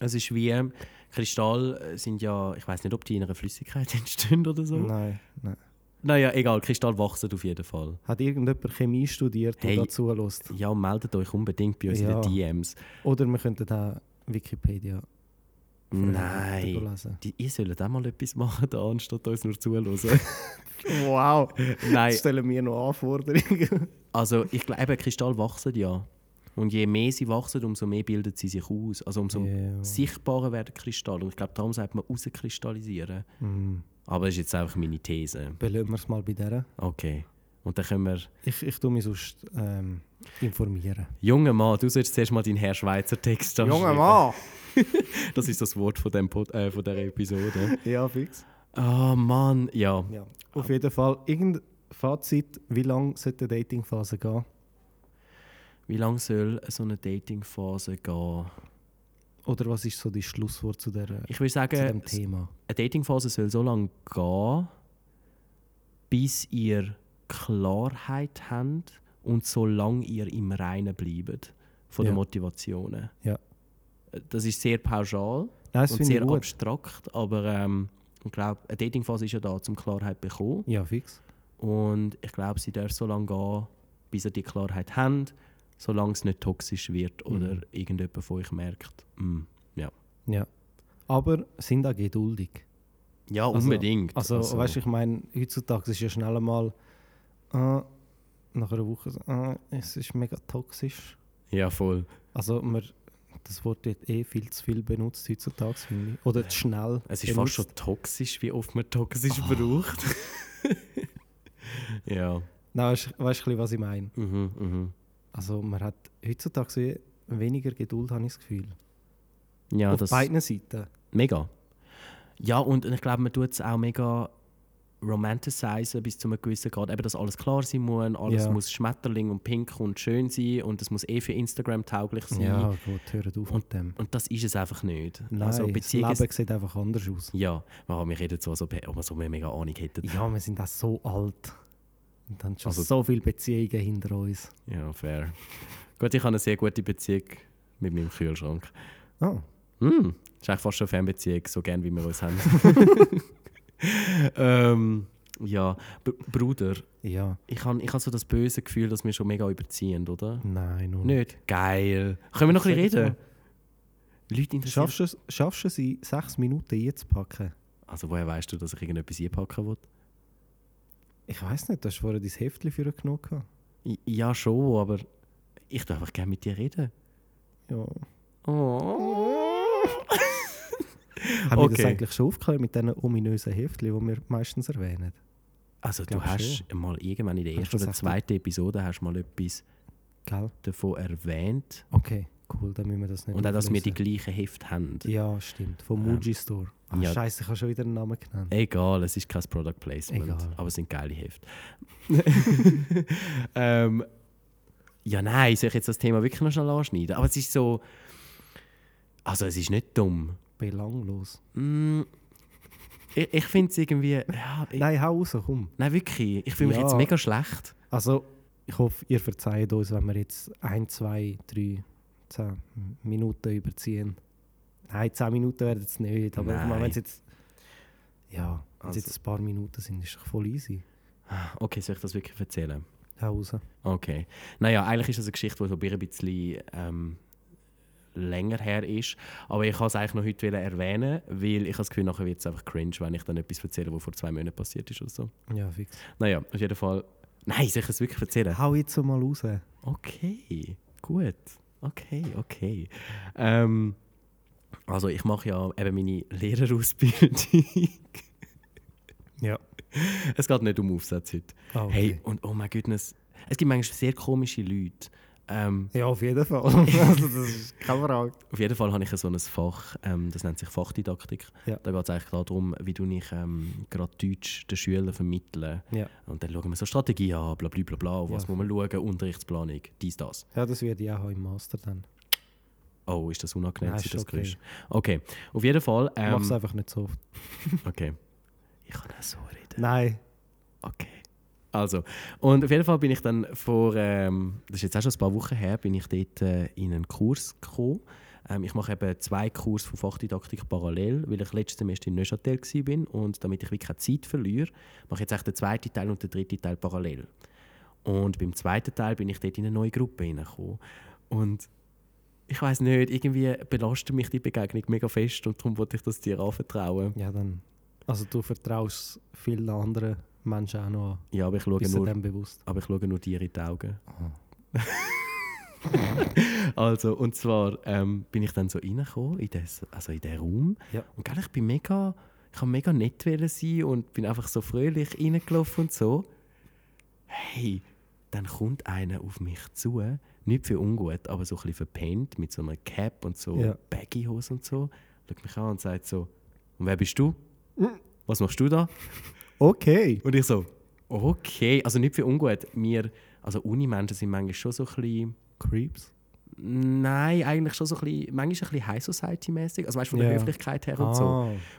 Es ist wie, ähm, Kristall äh, sind ja, ich weiß nicht, ob die in einer Flüssigkeit entstehen oder so. Nein, nein. Naja, egal, Kristall wachsen auf jeden Fall. Hat irgendjemand Chemie studiert Hey. und dazu lust? Ja, meldet euch unbedingt bei uns in den Ja. DMs. Oder wir könnten da Wikipedia Nein. lesen. Die, ihr sollt auch mal etwas machen, da, anstatt uns nur zuzuhören. Wow, Nein, stellen wir noch Anforderungen. Also ich glaube, Kristall wachsen ja. Und je mehr sie wachsen, umso mehr bilden sie sich aus. Also umso Ja. sichtbarer werden Kristalle. Und ich glaube, darum sagt man rauskristallisieren. Mm. Aber das ist jetzt einfach meine These. Belassen wir es mal bei der. Okay. Und dann können wir... Ich, ich tue mich sonst ähm, informieren. Junger Mann, du sollst zuerst mal deinen Herr Schweizer Text anschreiben. Das ist das Wort von, dem Pod, äh, von dieser Episode. Ja, fix. Ah Mann, ja. Ja. Auf jeden Fall, irgendein Fazit, wie lange sollte die Datingphase gehen? Wie lange soll so eine Datingphase gehen? Oder was ist so das Schlusswort zu, der, Ich würde zu dem sagen, Thema? eine Datingphase soll so lange gehen, bis ihr Klarheit habt und so lange ihr im Reinen bleibt von Ja. den Motivationen. Ja. Das ist sehr pauschal Nein, das und finde ich sehr gut. abstrakt, aber ähm, ich glaube, eine Datingphase ist ja da, um Klarheit zu bekommen. Ja, fix. Und ich glaube, sie darf so lange gehen, bis ihr die Klarheit habt, solange es nicht toxisch wird oder irgendjemand von euch merkt, mm, ja. Ja. Aber sind auch geduldig. Ja, Also- unbedingt. Also, Also- weißt du, ich meine, heutzutage ist ja schnell einmal äh, nach einer Woche, so, äh, es ist mega toxisch. ja, voll. Also, man, das Wort wird eh viel zu viel benutzt heutzutage, finde ich. Oder zu schnell. Es ist fast benutzt. schon toxisch, wie oft man toxisch Ah. braucht. ja. Nein, weißt du, weißt du, ein bisschen, was ich meine? Mhm, mhm. Also, man hat heutzutage wie weniger Geduld, habe ich das Gefühl. Ja, Auf das beiden Seiten. mega. Ja, und ich glaube, man tut es auch mega romanticizen bis zu einem gewissen Grad. Eben, dass alles klar sein muss, alles Ja. muss Schmetterling und pink und schön sein und es muss eh für Instagram tauglich sein. gut, hört auf mit dem. Und das ist es einfach nicht. Nein, also das Beziehung ist, Leben sieht einfach anders aus. Ja, wow, wir reden so, als ob ob wir so mega Ahnung hätten. Ja, wir sind auch so alt. Und haben schon Also- so viele Beziehungen hinter uns. Ja, fair. Gut, ich habe eine sehr gute Beziehung mit meinem Kühlschrank. Ah, Hm, ist eigentlich fast schon eine Fernbeziehung, so gern wie wir uns haben. ähm, ja, B Bruder, ja. ich habe ich hab so das böse Gefühl, dass wir schon mega überziehen, oder? Nein, nur Nicht? Geil. Können wir noch ein Sag bisschen jetzt reden? Leute interessieren. Schaffst du, es, schaffst du es in sechs Minuten einzupacken? Also, woher weißt du, dass ich irgendetwas einpacken will? Ich weiß nicht, du hast vorher dein Heftchen für ihn genommen. gehabt. I- Ja, schon, aber ich darf einfach gerne mit dir reden. Ja. Oh. Haben wir das Okay. eigentlich schon aufgeklärt mit diesen ominösen Heftchen, die wir meistens erwähnen? Also, du glaub hast mal irgendwann in der Hast ersten du oder das echt- zweiten Episode hast du mal etwas Gell? davon erwähnt. Okay, cool, dann müssen wir das nicht Und auch, dass wir die auflösen. gleichen Hefte haben. Ja, stimmt. Vom Muji Store. Ah, ja. Scheiße, ich habe schon wieder einen Namen genannt. Egal, es ist kein Product Placement, Egal. aber es sind geile Hefte. ähm, ja, nein, soll ich jetzt das Thema wirklich noch schnell anschneiden? Aber es ist so, Also es ist nicht dumm. Äh, Belanglos. Mm, ich ich finde es irgendwie... Ja, ich, Nein, hau raus, komm. nein, wirklich. Ich fühle mich Ja. jetzt mega schlecht. Also, ich hoffe, ihr verzeiht uns, wenn wir jetzt 1, 2, 3, 10 Minuten überziehen. Nein, 10 Minuten werden es nicht, aber ich meine, Nein. wenn es jetzt. Ja, wenn es Also- jetzt ein paar Minuten sind, ist es voll easy. Ah, Okay, soll ich das wirklich erzählen? Hau raus. Okay. Naja, eigentlich ist das eine Geschichte, die so ein bisschen ähm, länger her ist. Aber ich kann es eigentlich noch heute wollen erwähnen, weil ich habe das Gefühl, nachher wird es einfach cringe, wenn ich dann etwas erzähle, was vor zwei Monaten passiert ist oder so. Ja, fix. Naja, auf jeden Fall. Nein, soll ich es wirklich erzählen? Hau jetzt so mal raus. Okay, gut. Okay, okay. Ähm, also ich mache ja eben meine Lehrerausbildung. Ja. es geht nicht um Aufsätze heute. Ah, okay. Hey, und oh mein Goodness. Es gibt manchmal sehr komische Leute. Ähm, Ja, auf jeden Fall. also, das ist keine Frage. Auf jeden Fall habe ich so ein Fach, ähm, das nennt sich Fachdidaktik. Ja. Da geht es eigentlich darum, wie du ich ähm, gerade Deutsch den Schülern vermitteln. Ja. Und dann schauen wir so Strategie an, bla bla bla bla, auf was Ja. muss man schauen, Unterrichtsplanung, dies, das. ja, das werde ich auch haben im Master dann. Oh, ist das unangenehm, Nein, dass ist du das okay. Geräusch. Okay, auf jeden Fall. Ich Mach's Ähm, einfach nicht so oft. okay. Ich kann auch so reden. Nein. Okay. Also, und auf jeden Fall bin ich dann vor, ähm, das ist jetzt auch schon ein paar Wochen her, bin ich dort äh, in einen Kurs gekommen. Ähm, ich mache eben zwei Kurse von Fachdidaktik parallel, weil ich letztes Semester in Neuchâtel war und damit ich wirklich keine Zeit verliere, mache ich jetzt eigentlich den zweiten Teil und den dritten Teil parallel. Und beim zweiten Teil bin ich dort in eine neue Gruppe hineingekommen. Und ich weiß nicht, irgendwie belastet mich die Begegnung mega fest und darum wollte ich das dir anvertrauen. Ja, dann. Also, du vertraust vielen anderen Menschen auch noch an. Ja, aber ich schaue Bist du nur dem bewusst? aber ich schaue nur dir in die Augen. also, und zwar ähm, bin ich dann so reingekommen in diesen also in den Raum. Ja. Und gell, ich bin mega, ich kann mega nett wollen sein und bin einfach so fröhlich reingelaufen und so. Hey, dann kommt einer auf mich zu, nicht für ungut, aber so ein bisschen verpennt, mit so einer Cap und so Ja. Baggy-Hose und so, schaut mich an und sagt so, und wer bist du? Hm. Was machst du da? Okay. Und ich so, okay, also nicht für ungut. Wir, also Unimenschen sind manchmal schon so ein bisschen, Creeps. nein, eigentlich schon so ein bisschen, manchmal ein bisschen High Society-mäßig, also weißt, von der Ja. Ah. Höflichkeit her und so.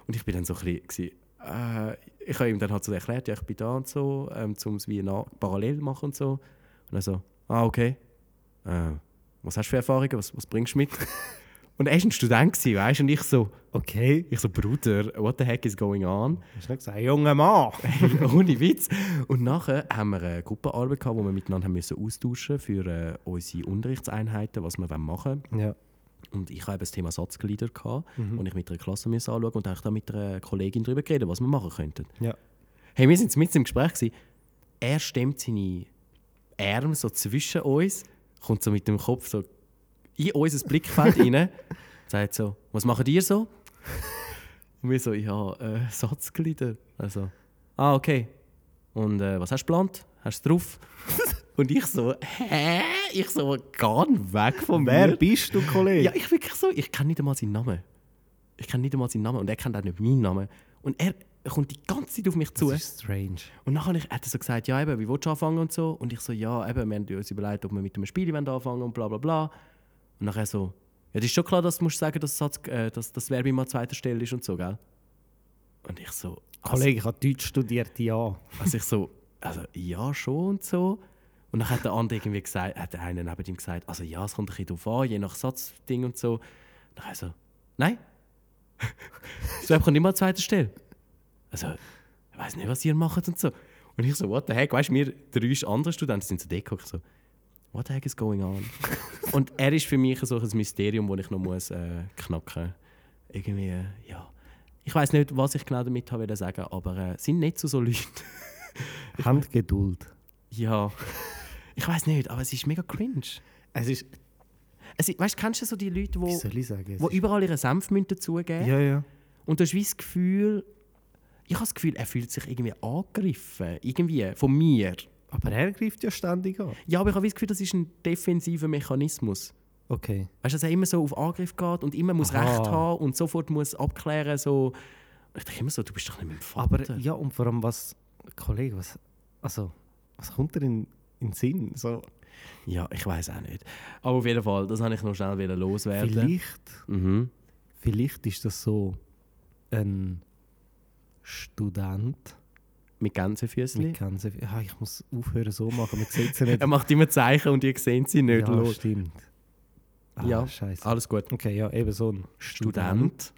Und ich bin dann so ein bisschen, gewesen, äh, ich habe ihm dann halt so erklärt, ja, ich bin da und so, ähm, um es wie na- parallel zu machen und so. Und er so, ah, okay, äh, was hast du für Erfahrungen, was, was bringst du mit? und er war ein Student, gewesen, weißt du, und ich so, Okay. ich so, Bruder, what the heck is going on? Hast du nicht gesagt, junger Mann? Ohne Witz. Und nachher haben wir eine Gruppenarbeit gehabt, wo wir miteinander haben müssen austauschen für äh, unsere Unterrichtseinheiten, was wir wollen machen Ja. Und ich habe eben das Thema Satzglieder gehabt, und ich mit einer Klasse müssen anschauen und habe ich dann mit einer Kollegin darüber geredet, was wir machen könnten. Ja. Hey, wir sind mit im Gespräch gewesen. Er stemmt seine Arme so zwischen uns, kommt so mit dem Kopf so in unser Blickfeld rein, sagt so, was macht ihr so? Und wir so, ja, äh, Satzglieder. Also, ah, okay. Und äh, was hast du geplant? Hast du drauf? Und ich so, hä? Ich so, gar nicht weg von mir. Wer bist du, Kollege? Ja, ich wirklich so. Ich kenne nicht einmal seinen Namen. Ich kenne nicht einmal seinen Namen und er kennt auch nicht meinen Namen. Und er kommt die ganze Zeit auf mich zu. Das ist strange. Und dann habe ich- hat er so gesagt, ja eben, wie willst du anfangen und so. Und ich so, ja eben, wir haben uns überlegt, ob wir mit einem Spiel wollen anfangen und bla bla bla. Und nachher so, ja das ist schon klar, dass du musst sagen, dass, Satz, äh, dass das Verb immer an zweiter Stelle ist und so, gell? Und ich so, also, Kollege, ich habe Deutsch studiert, ja. also ich so, also ja schon und so. Und dann hat der andere irgendwie gesagt, hat der eine neben ihm gesagt, also ja, es kommt ein bisschen drauf an, je nach Satzding und so. Und dann so, nein. das Verb kommt immer an zweiter Stelle. Also, ich weiß nicht, was ihr macht und so. Und ich so, what the heck, weißt du, wir drei andere Studenten sind so deckhock so, what the heck is going on? und er ist für mich so ein Mysterium, das ich noch muss, äh, knacken Irgendwie, äh, ja. Ich weiß nicht, was ich genau damit habe wollen sagen, aber äh, sind nicht so so Leute. Hand Geduld. Ja. Ich weiß nicht, aber es ist mega cringe. Es ist. Es ist, weißt, kennst du so die Leute, Wie wo, soll ich sagen? Es wo ist- überall ihren Senf müssen dazugeben ja, ja. Und du hast wie das Gefühl, ich habe das Gefühl, er fühlt sich irgendwie angegriffen. Irgendwie, von mir. Aber er greift ja ständig an. Ja, aber ich habe wie das Gefühl, das ist ein defensiver Mechanismus. Okay. Weißt du, dass er immer so auf Angriff geht und immer muss Aha. Recht haben und sofort muss abklären, so... Ich denke immer so, du bist doch nicht mein Vater. Aber ja, und vor allem was. Kollege, was. Also, was kommt dir in, in den Sinn? So, Ja, ich weiß auch nicht. Aber auf jeden Fall, das habe ich noch schnell wieder loswerden. Vielleicht, Mhm. vielleicht ist das so ein Student. Mit Gänsefüßchen. Mit Gänse, ah, ich muss aufhören so machen, man sieht sie nicht. Er macht immer Zeichen und ihr seht sie nicht. ja, los. stimmt. Ah, Ja. scheiße. Alles gut. Okay, ja, eben so ein Student.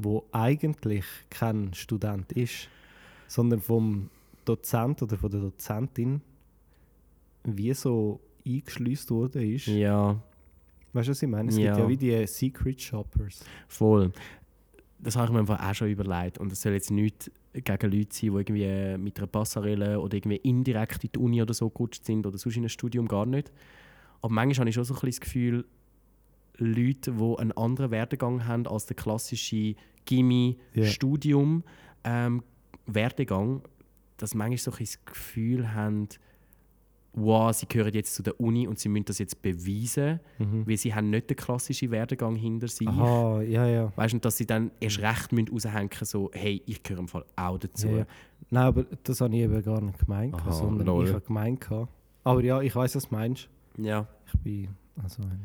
wo eigentlich kein Student ist, sondern vom Dozent oder von der Dozentin wie so eingeschleust worden ist. Ja, Weißt du, was ich meine? Es gibt Ja. ja wie die Secret Shoppers. voll. Das habe ich mir einfach auch schon überlegt. Und es soll jetzt nicht gegen Leute sein, die irgendwie mit einer Passerelle oder irgendwie indirekt in die Uni oder so gerutscht sind oder sonst in ein Studium gar nicht. Aber manchmal habe ich schon so ein bisschen das Gefühl, Leute, die einen anderen Werdegang haben als der klassische Ja. Gimmi-Studium, ähm, Werdegang, dass manchmal so ein bisschen das Gefühl haben, wow, sie gehören jetzt zu der Uni und sie müssen das jetzt beweisen, weil sie haben nicht den klassischen Werdegang hinter sich. Mhm. Aha, ja, ja. Weißt du, und dass sie dann Mhm. erst recht müssen raushängen so, hey, ich gehöre im Fall auch dazu. ja. Nein, aber das habe ich eben gar nicht gemeint, Aha, sondern lol. ich habe gemeint. gehabt. Aber ja, ich weiß, was du meinst. Ja. Ich bin also einer.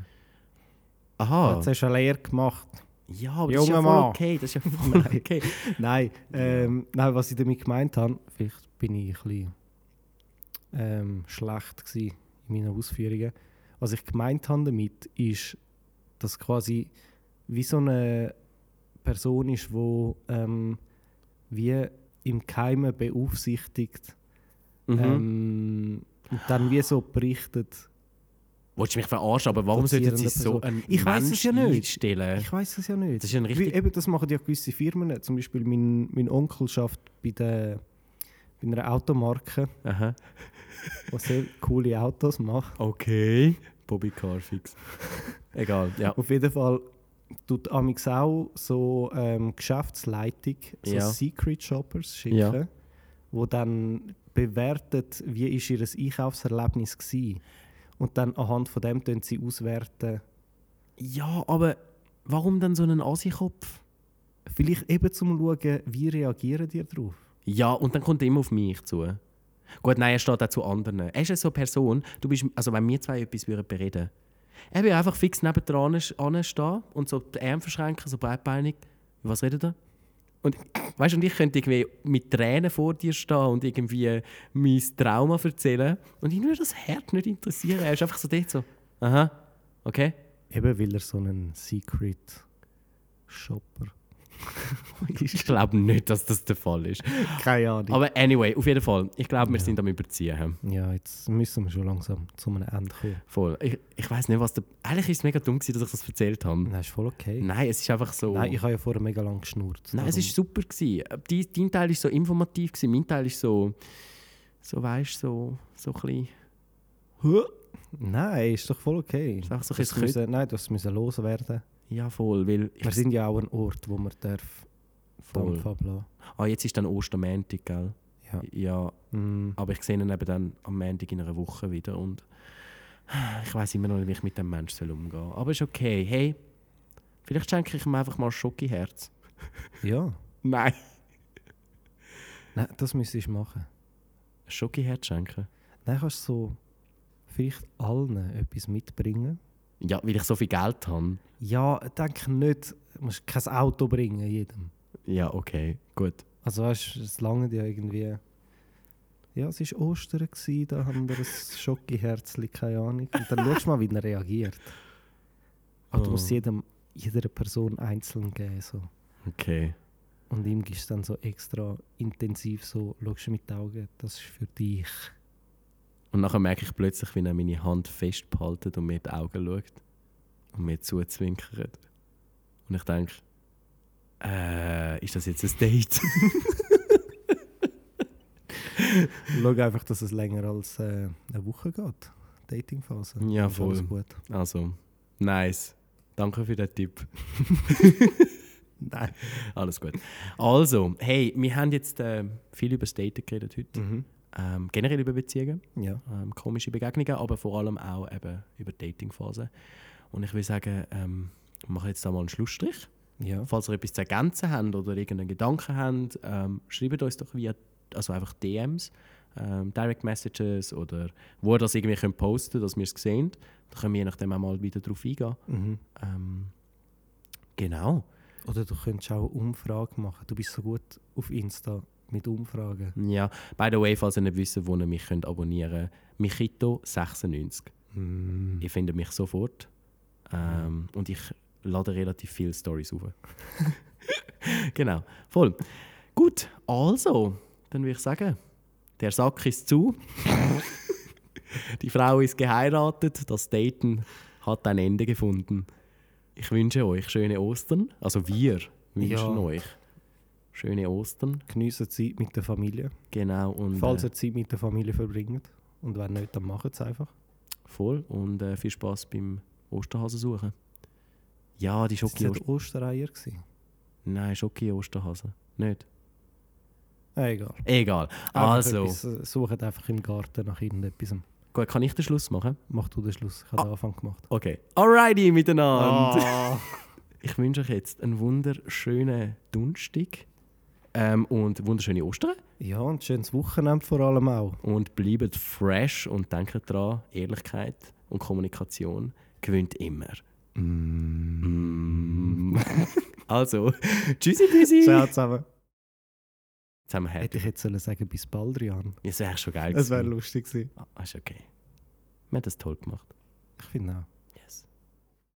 Aha. Jetzt hast du eine Lehre gemacht. Ja, aber das ist Junger ja voll Mann. okay. Das ist ja voll Nein. okay. Nein, ähm, nein, was ich damit gemeint habe, vielleicht bin ich ein bisschen ähm, schlecht gewesen in meinen Ausführungen. Was ich gemeint habe damit, ist, dass quasi wie so eine Person ist, die ähm, wie im Keimen beaufsichtigt Mhm. ähm, und dann wie so berichtet. Wolltest du mich verarschen, aber warum sollten sie Dozierende so Person. einen Ich weiss es Mensch ja nicht. einstellen? Ich weiß es ja nicht. Das ist ein Wie- richtig- Eben, das machen ja gewisse Firmen. nicht. Zum Beispiel mein, mein Onkel schafft bei, der, bei einer Automarke. Aha. die sehr coole Autos macht. Okay. Bobby Carfix. Egal, ja. Auf jeden Fall tut Amix auch so ähm, Geschäftsleitung, so Ja. Secret Shoppers schicken, Ja. wo dann bewertet, wie ist ihr Einkaufserlebnis war. Und dann anhand von dem tun sie auswerten. Ja, aber warum dann so einen Assi-Kopf? Vielleicht eben zum schauen, wie reagieren die darauf. Ja, und dann kommt er immer auf mich zu. Gut, nein, er steht auch zu anderen. Er ist ja so eine Person, du bist, also wenn wir zwei etwas würden bereden er würde einfach fix nebendran sch- anstehen und so die Arme verschränken, so breitbeinig. «Über Was redet er? Und, weißt, und ich könnte irgendwie mit Tränen vor dir stehen und irgendwie mein Trauma erzählen. Und ihn würde das Herz nicht interessieren. Er ist einfach so dort so, aha, okay. Eben weil er so einen Secret Shopper. Ich glaube nicht, dass das der Fall ist. Keine Ahnung. Aber anyway, auf jeden Fall, ich glaube, wir sind am Überziehen. ja, jetzt müssen wir schon langsam zu einem Ende kommen. Voll. Ich, ich weiß nicht, was der. Eigentlich ist es mega dumm, gewesen, dass ich das erzählt habe. Das ist voll okay. Nein, es ist einfach so. Nein, ich habe ja vorher mega lang geschnurrt. Also, Nein, es Darum- ist super gewesen. Äh, Dein, dein Teil ist so informativ gewesen, mein Teil ist so, so weißt, so so ein bisschen. Nein, ist doch voll okay. Ist einfach so ein Du hast bisschen müssen, nein, das müssen loswerden. Ja, voll, weil ich Wir sind ja auch ein Ort, wo man darf voll. Dampf ablassen. Ah, jetzt ist dann Ostermäntig, gell? Ja. Ja, Mm, aber ich sehe ihn eben dann am Montag in einer Woche wieder und ich weiß immer noch nicht, wie ich mit dem Menschen soll umgehen soll. Aber ist okay. Hey, vielleicht schenke ich ihm einfach mal ein Schokiherz. ja. Nein. Nein, das müsstest du machen. Ein Schokiherz schenken? Dann kannst du so vielleicht allen etwas mitbringen. Ja, weil ich so viel Geld habe. Ja, denk nicht, du musst kein Auto bringen jedem. Ja, okay, gut. Also weißt du, es lange ja irgendwie. Ja, es war Ostern, gewesen, da haben wir ein Schokiherzli, keine Ahnung. Und dann schaust du mal, wie er reagiert. Aber du Oh. musst jedem, jeder Person einzeln geben. So. Okay. Und ihm gibst du dann so extra intensiv so, schaust du mit den Augen, das ist für dich. Und nachher merke ich plötzlich, wie er meine Hand fest behaltet und mir in die Augen schaut und mir zuzwinkert. Und ich denke, äh, ist das jetzt ein Date? Schau einfach, dass es länger als äh, eine Woche geht. Datingphase. Ja, Dann ist alles voll. gut. also, nice. Danke für den Tipp. Nein. Alles gut. Also, hey, wir haben jetzt äh, viel über das Daten geredet heute. Mhm. Ähm, generell über Beziehungen. Ja. ähm, komische Begegnungen, aber vor allem auch eben über die Datingphase. Und ich will sagen, ähm, wir machen jetzt da mal einen Schlussstrich. Ja. Falls ihr etwas zu ergänzen habt oder irgendeinen Gedanken habt, ähm, schreibt uns doch via also einfach DMs ähm, Direct Messages oder wo ihr das irgendwie könnt posten dass wir es sehen. Da können wir je nachdem auch mal wieder drauf eingehen. Mhm. Ähm, genau. Oder du könntest auch Umfragen machen. Du bist so gut auf Insta mit Umfragen. Ja, by the way, falls ihr nicht wisst, wo ihr mich könnt abonnieren könnt, Michito96. Mm. Ihr findet mich sofort. Ähm, und ich lade relativ viele Stories auf. genau, voll. Gut, also, dann würde ich sagen, der Sack ist zu. Die Frau ist geheiratet, das Daten hat ein Ende gefunden. Ich wünsche euch schöne Ostern. Also wir wünschen Ja. euch schöne Ostern. Geniessen Zeit mit der Familie. Genau, und Falls äh, ihr Zeit mit der Familie verbringt. Und wenn nicht, dann macht es einfach. voll. Und äh, viel Spaß beim Osterhasen suchen. Ja, die Das Schoki waren Ostereier. gewesen? Nein, Schoki Osterhase. Nicht. Ah, egal. Egal. Einfach Also, etwas, äh, sucht einfach im Garten nach irgendetwas. gut, kann ich den Schluss machen? Mach du den Schluss. Ich habe den Anfang gemacht. Okay. Ah. Alrighty miteinander. Ich wünsche euch jetzt einen wunderschönen Donnerstag ähm, und wunderschöne Ostern. Ja, und schönes Wochenende vor allem auch. Und bleibt fresh und denkt dran, Ehrlichkeit und Kommunikation gewinnt immer. Mm. also, tschüssi, tschüssi. Ciao zusammen. Zusammen happy. Hätte ich jetzt sollen sagen, bis bald, Rian. Das wäre schon geil Es wäre gewesen. lustig gewesen. Ah, ist okay. Wir haben das toll gemacht. Ich finde auch.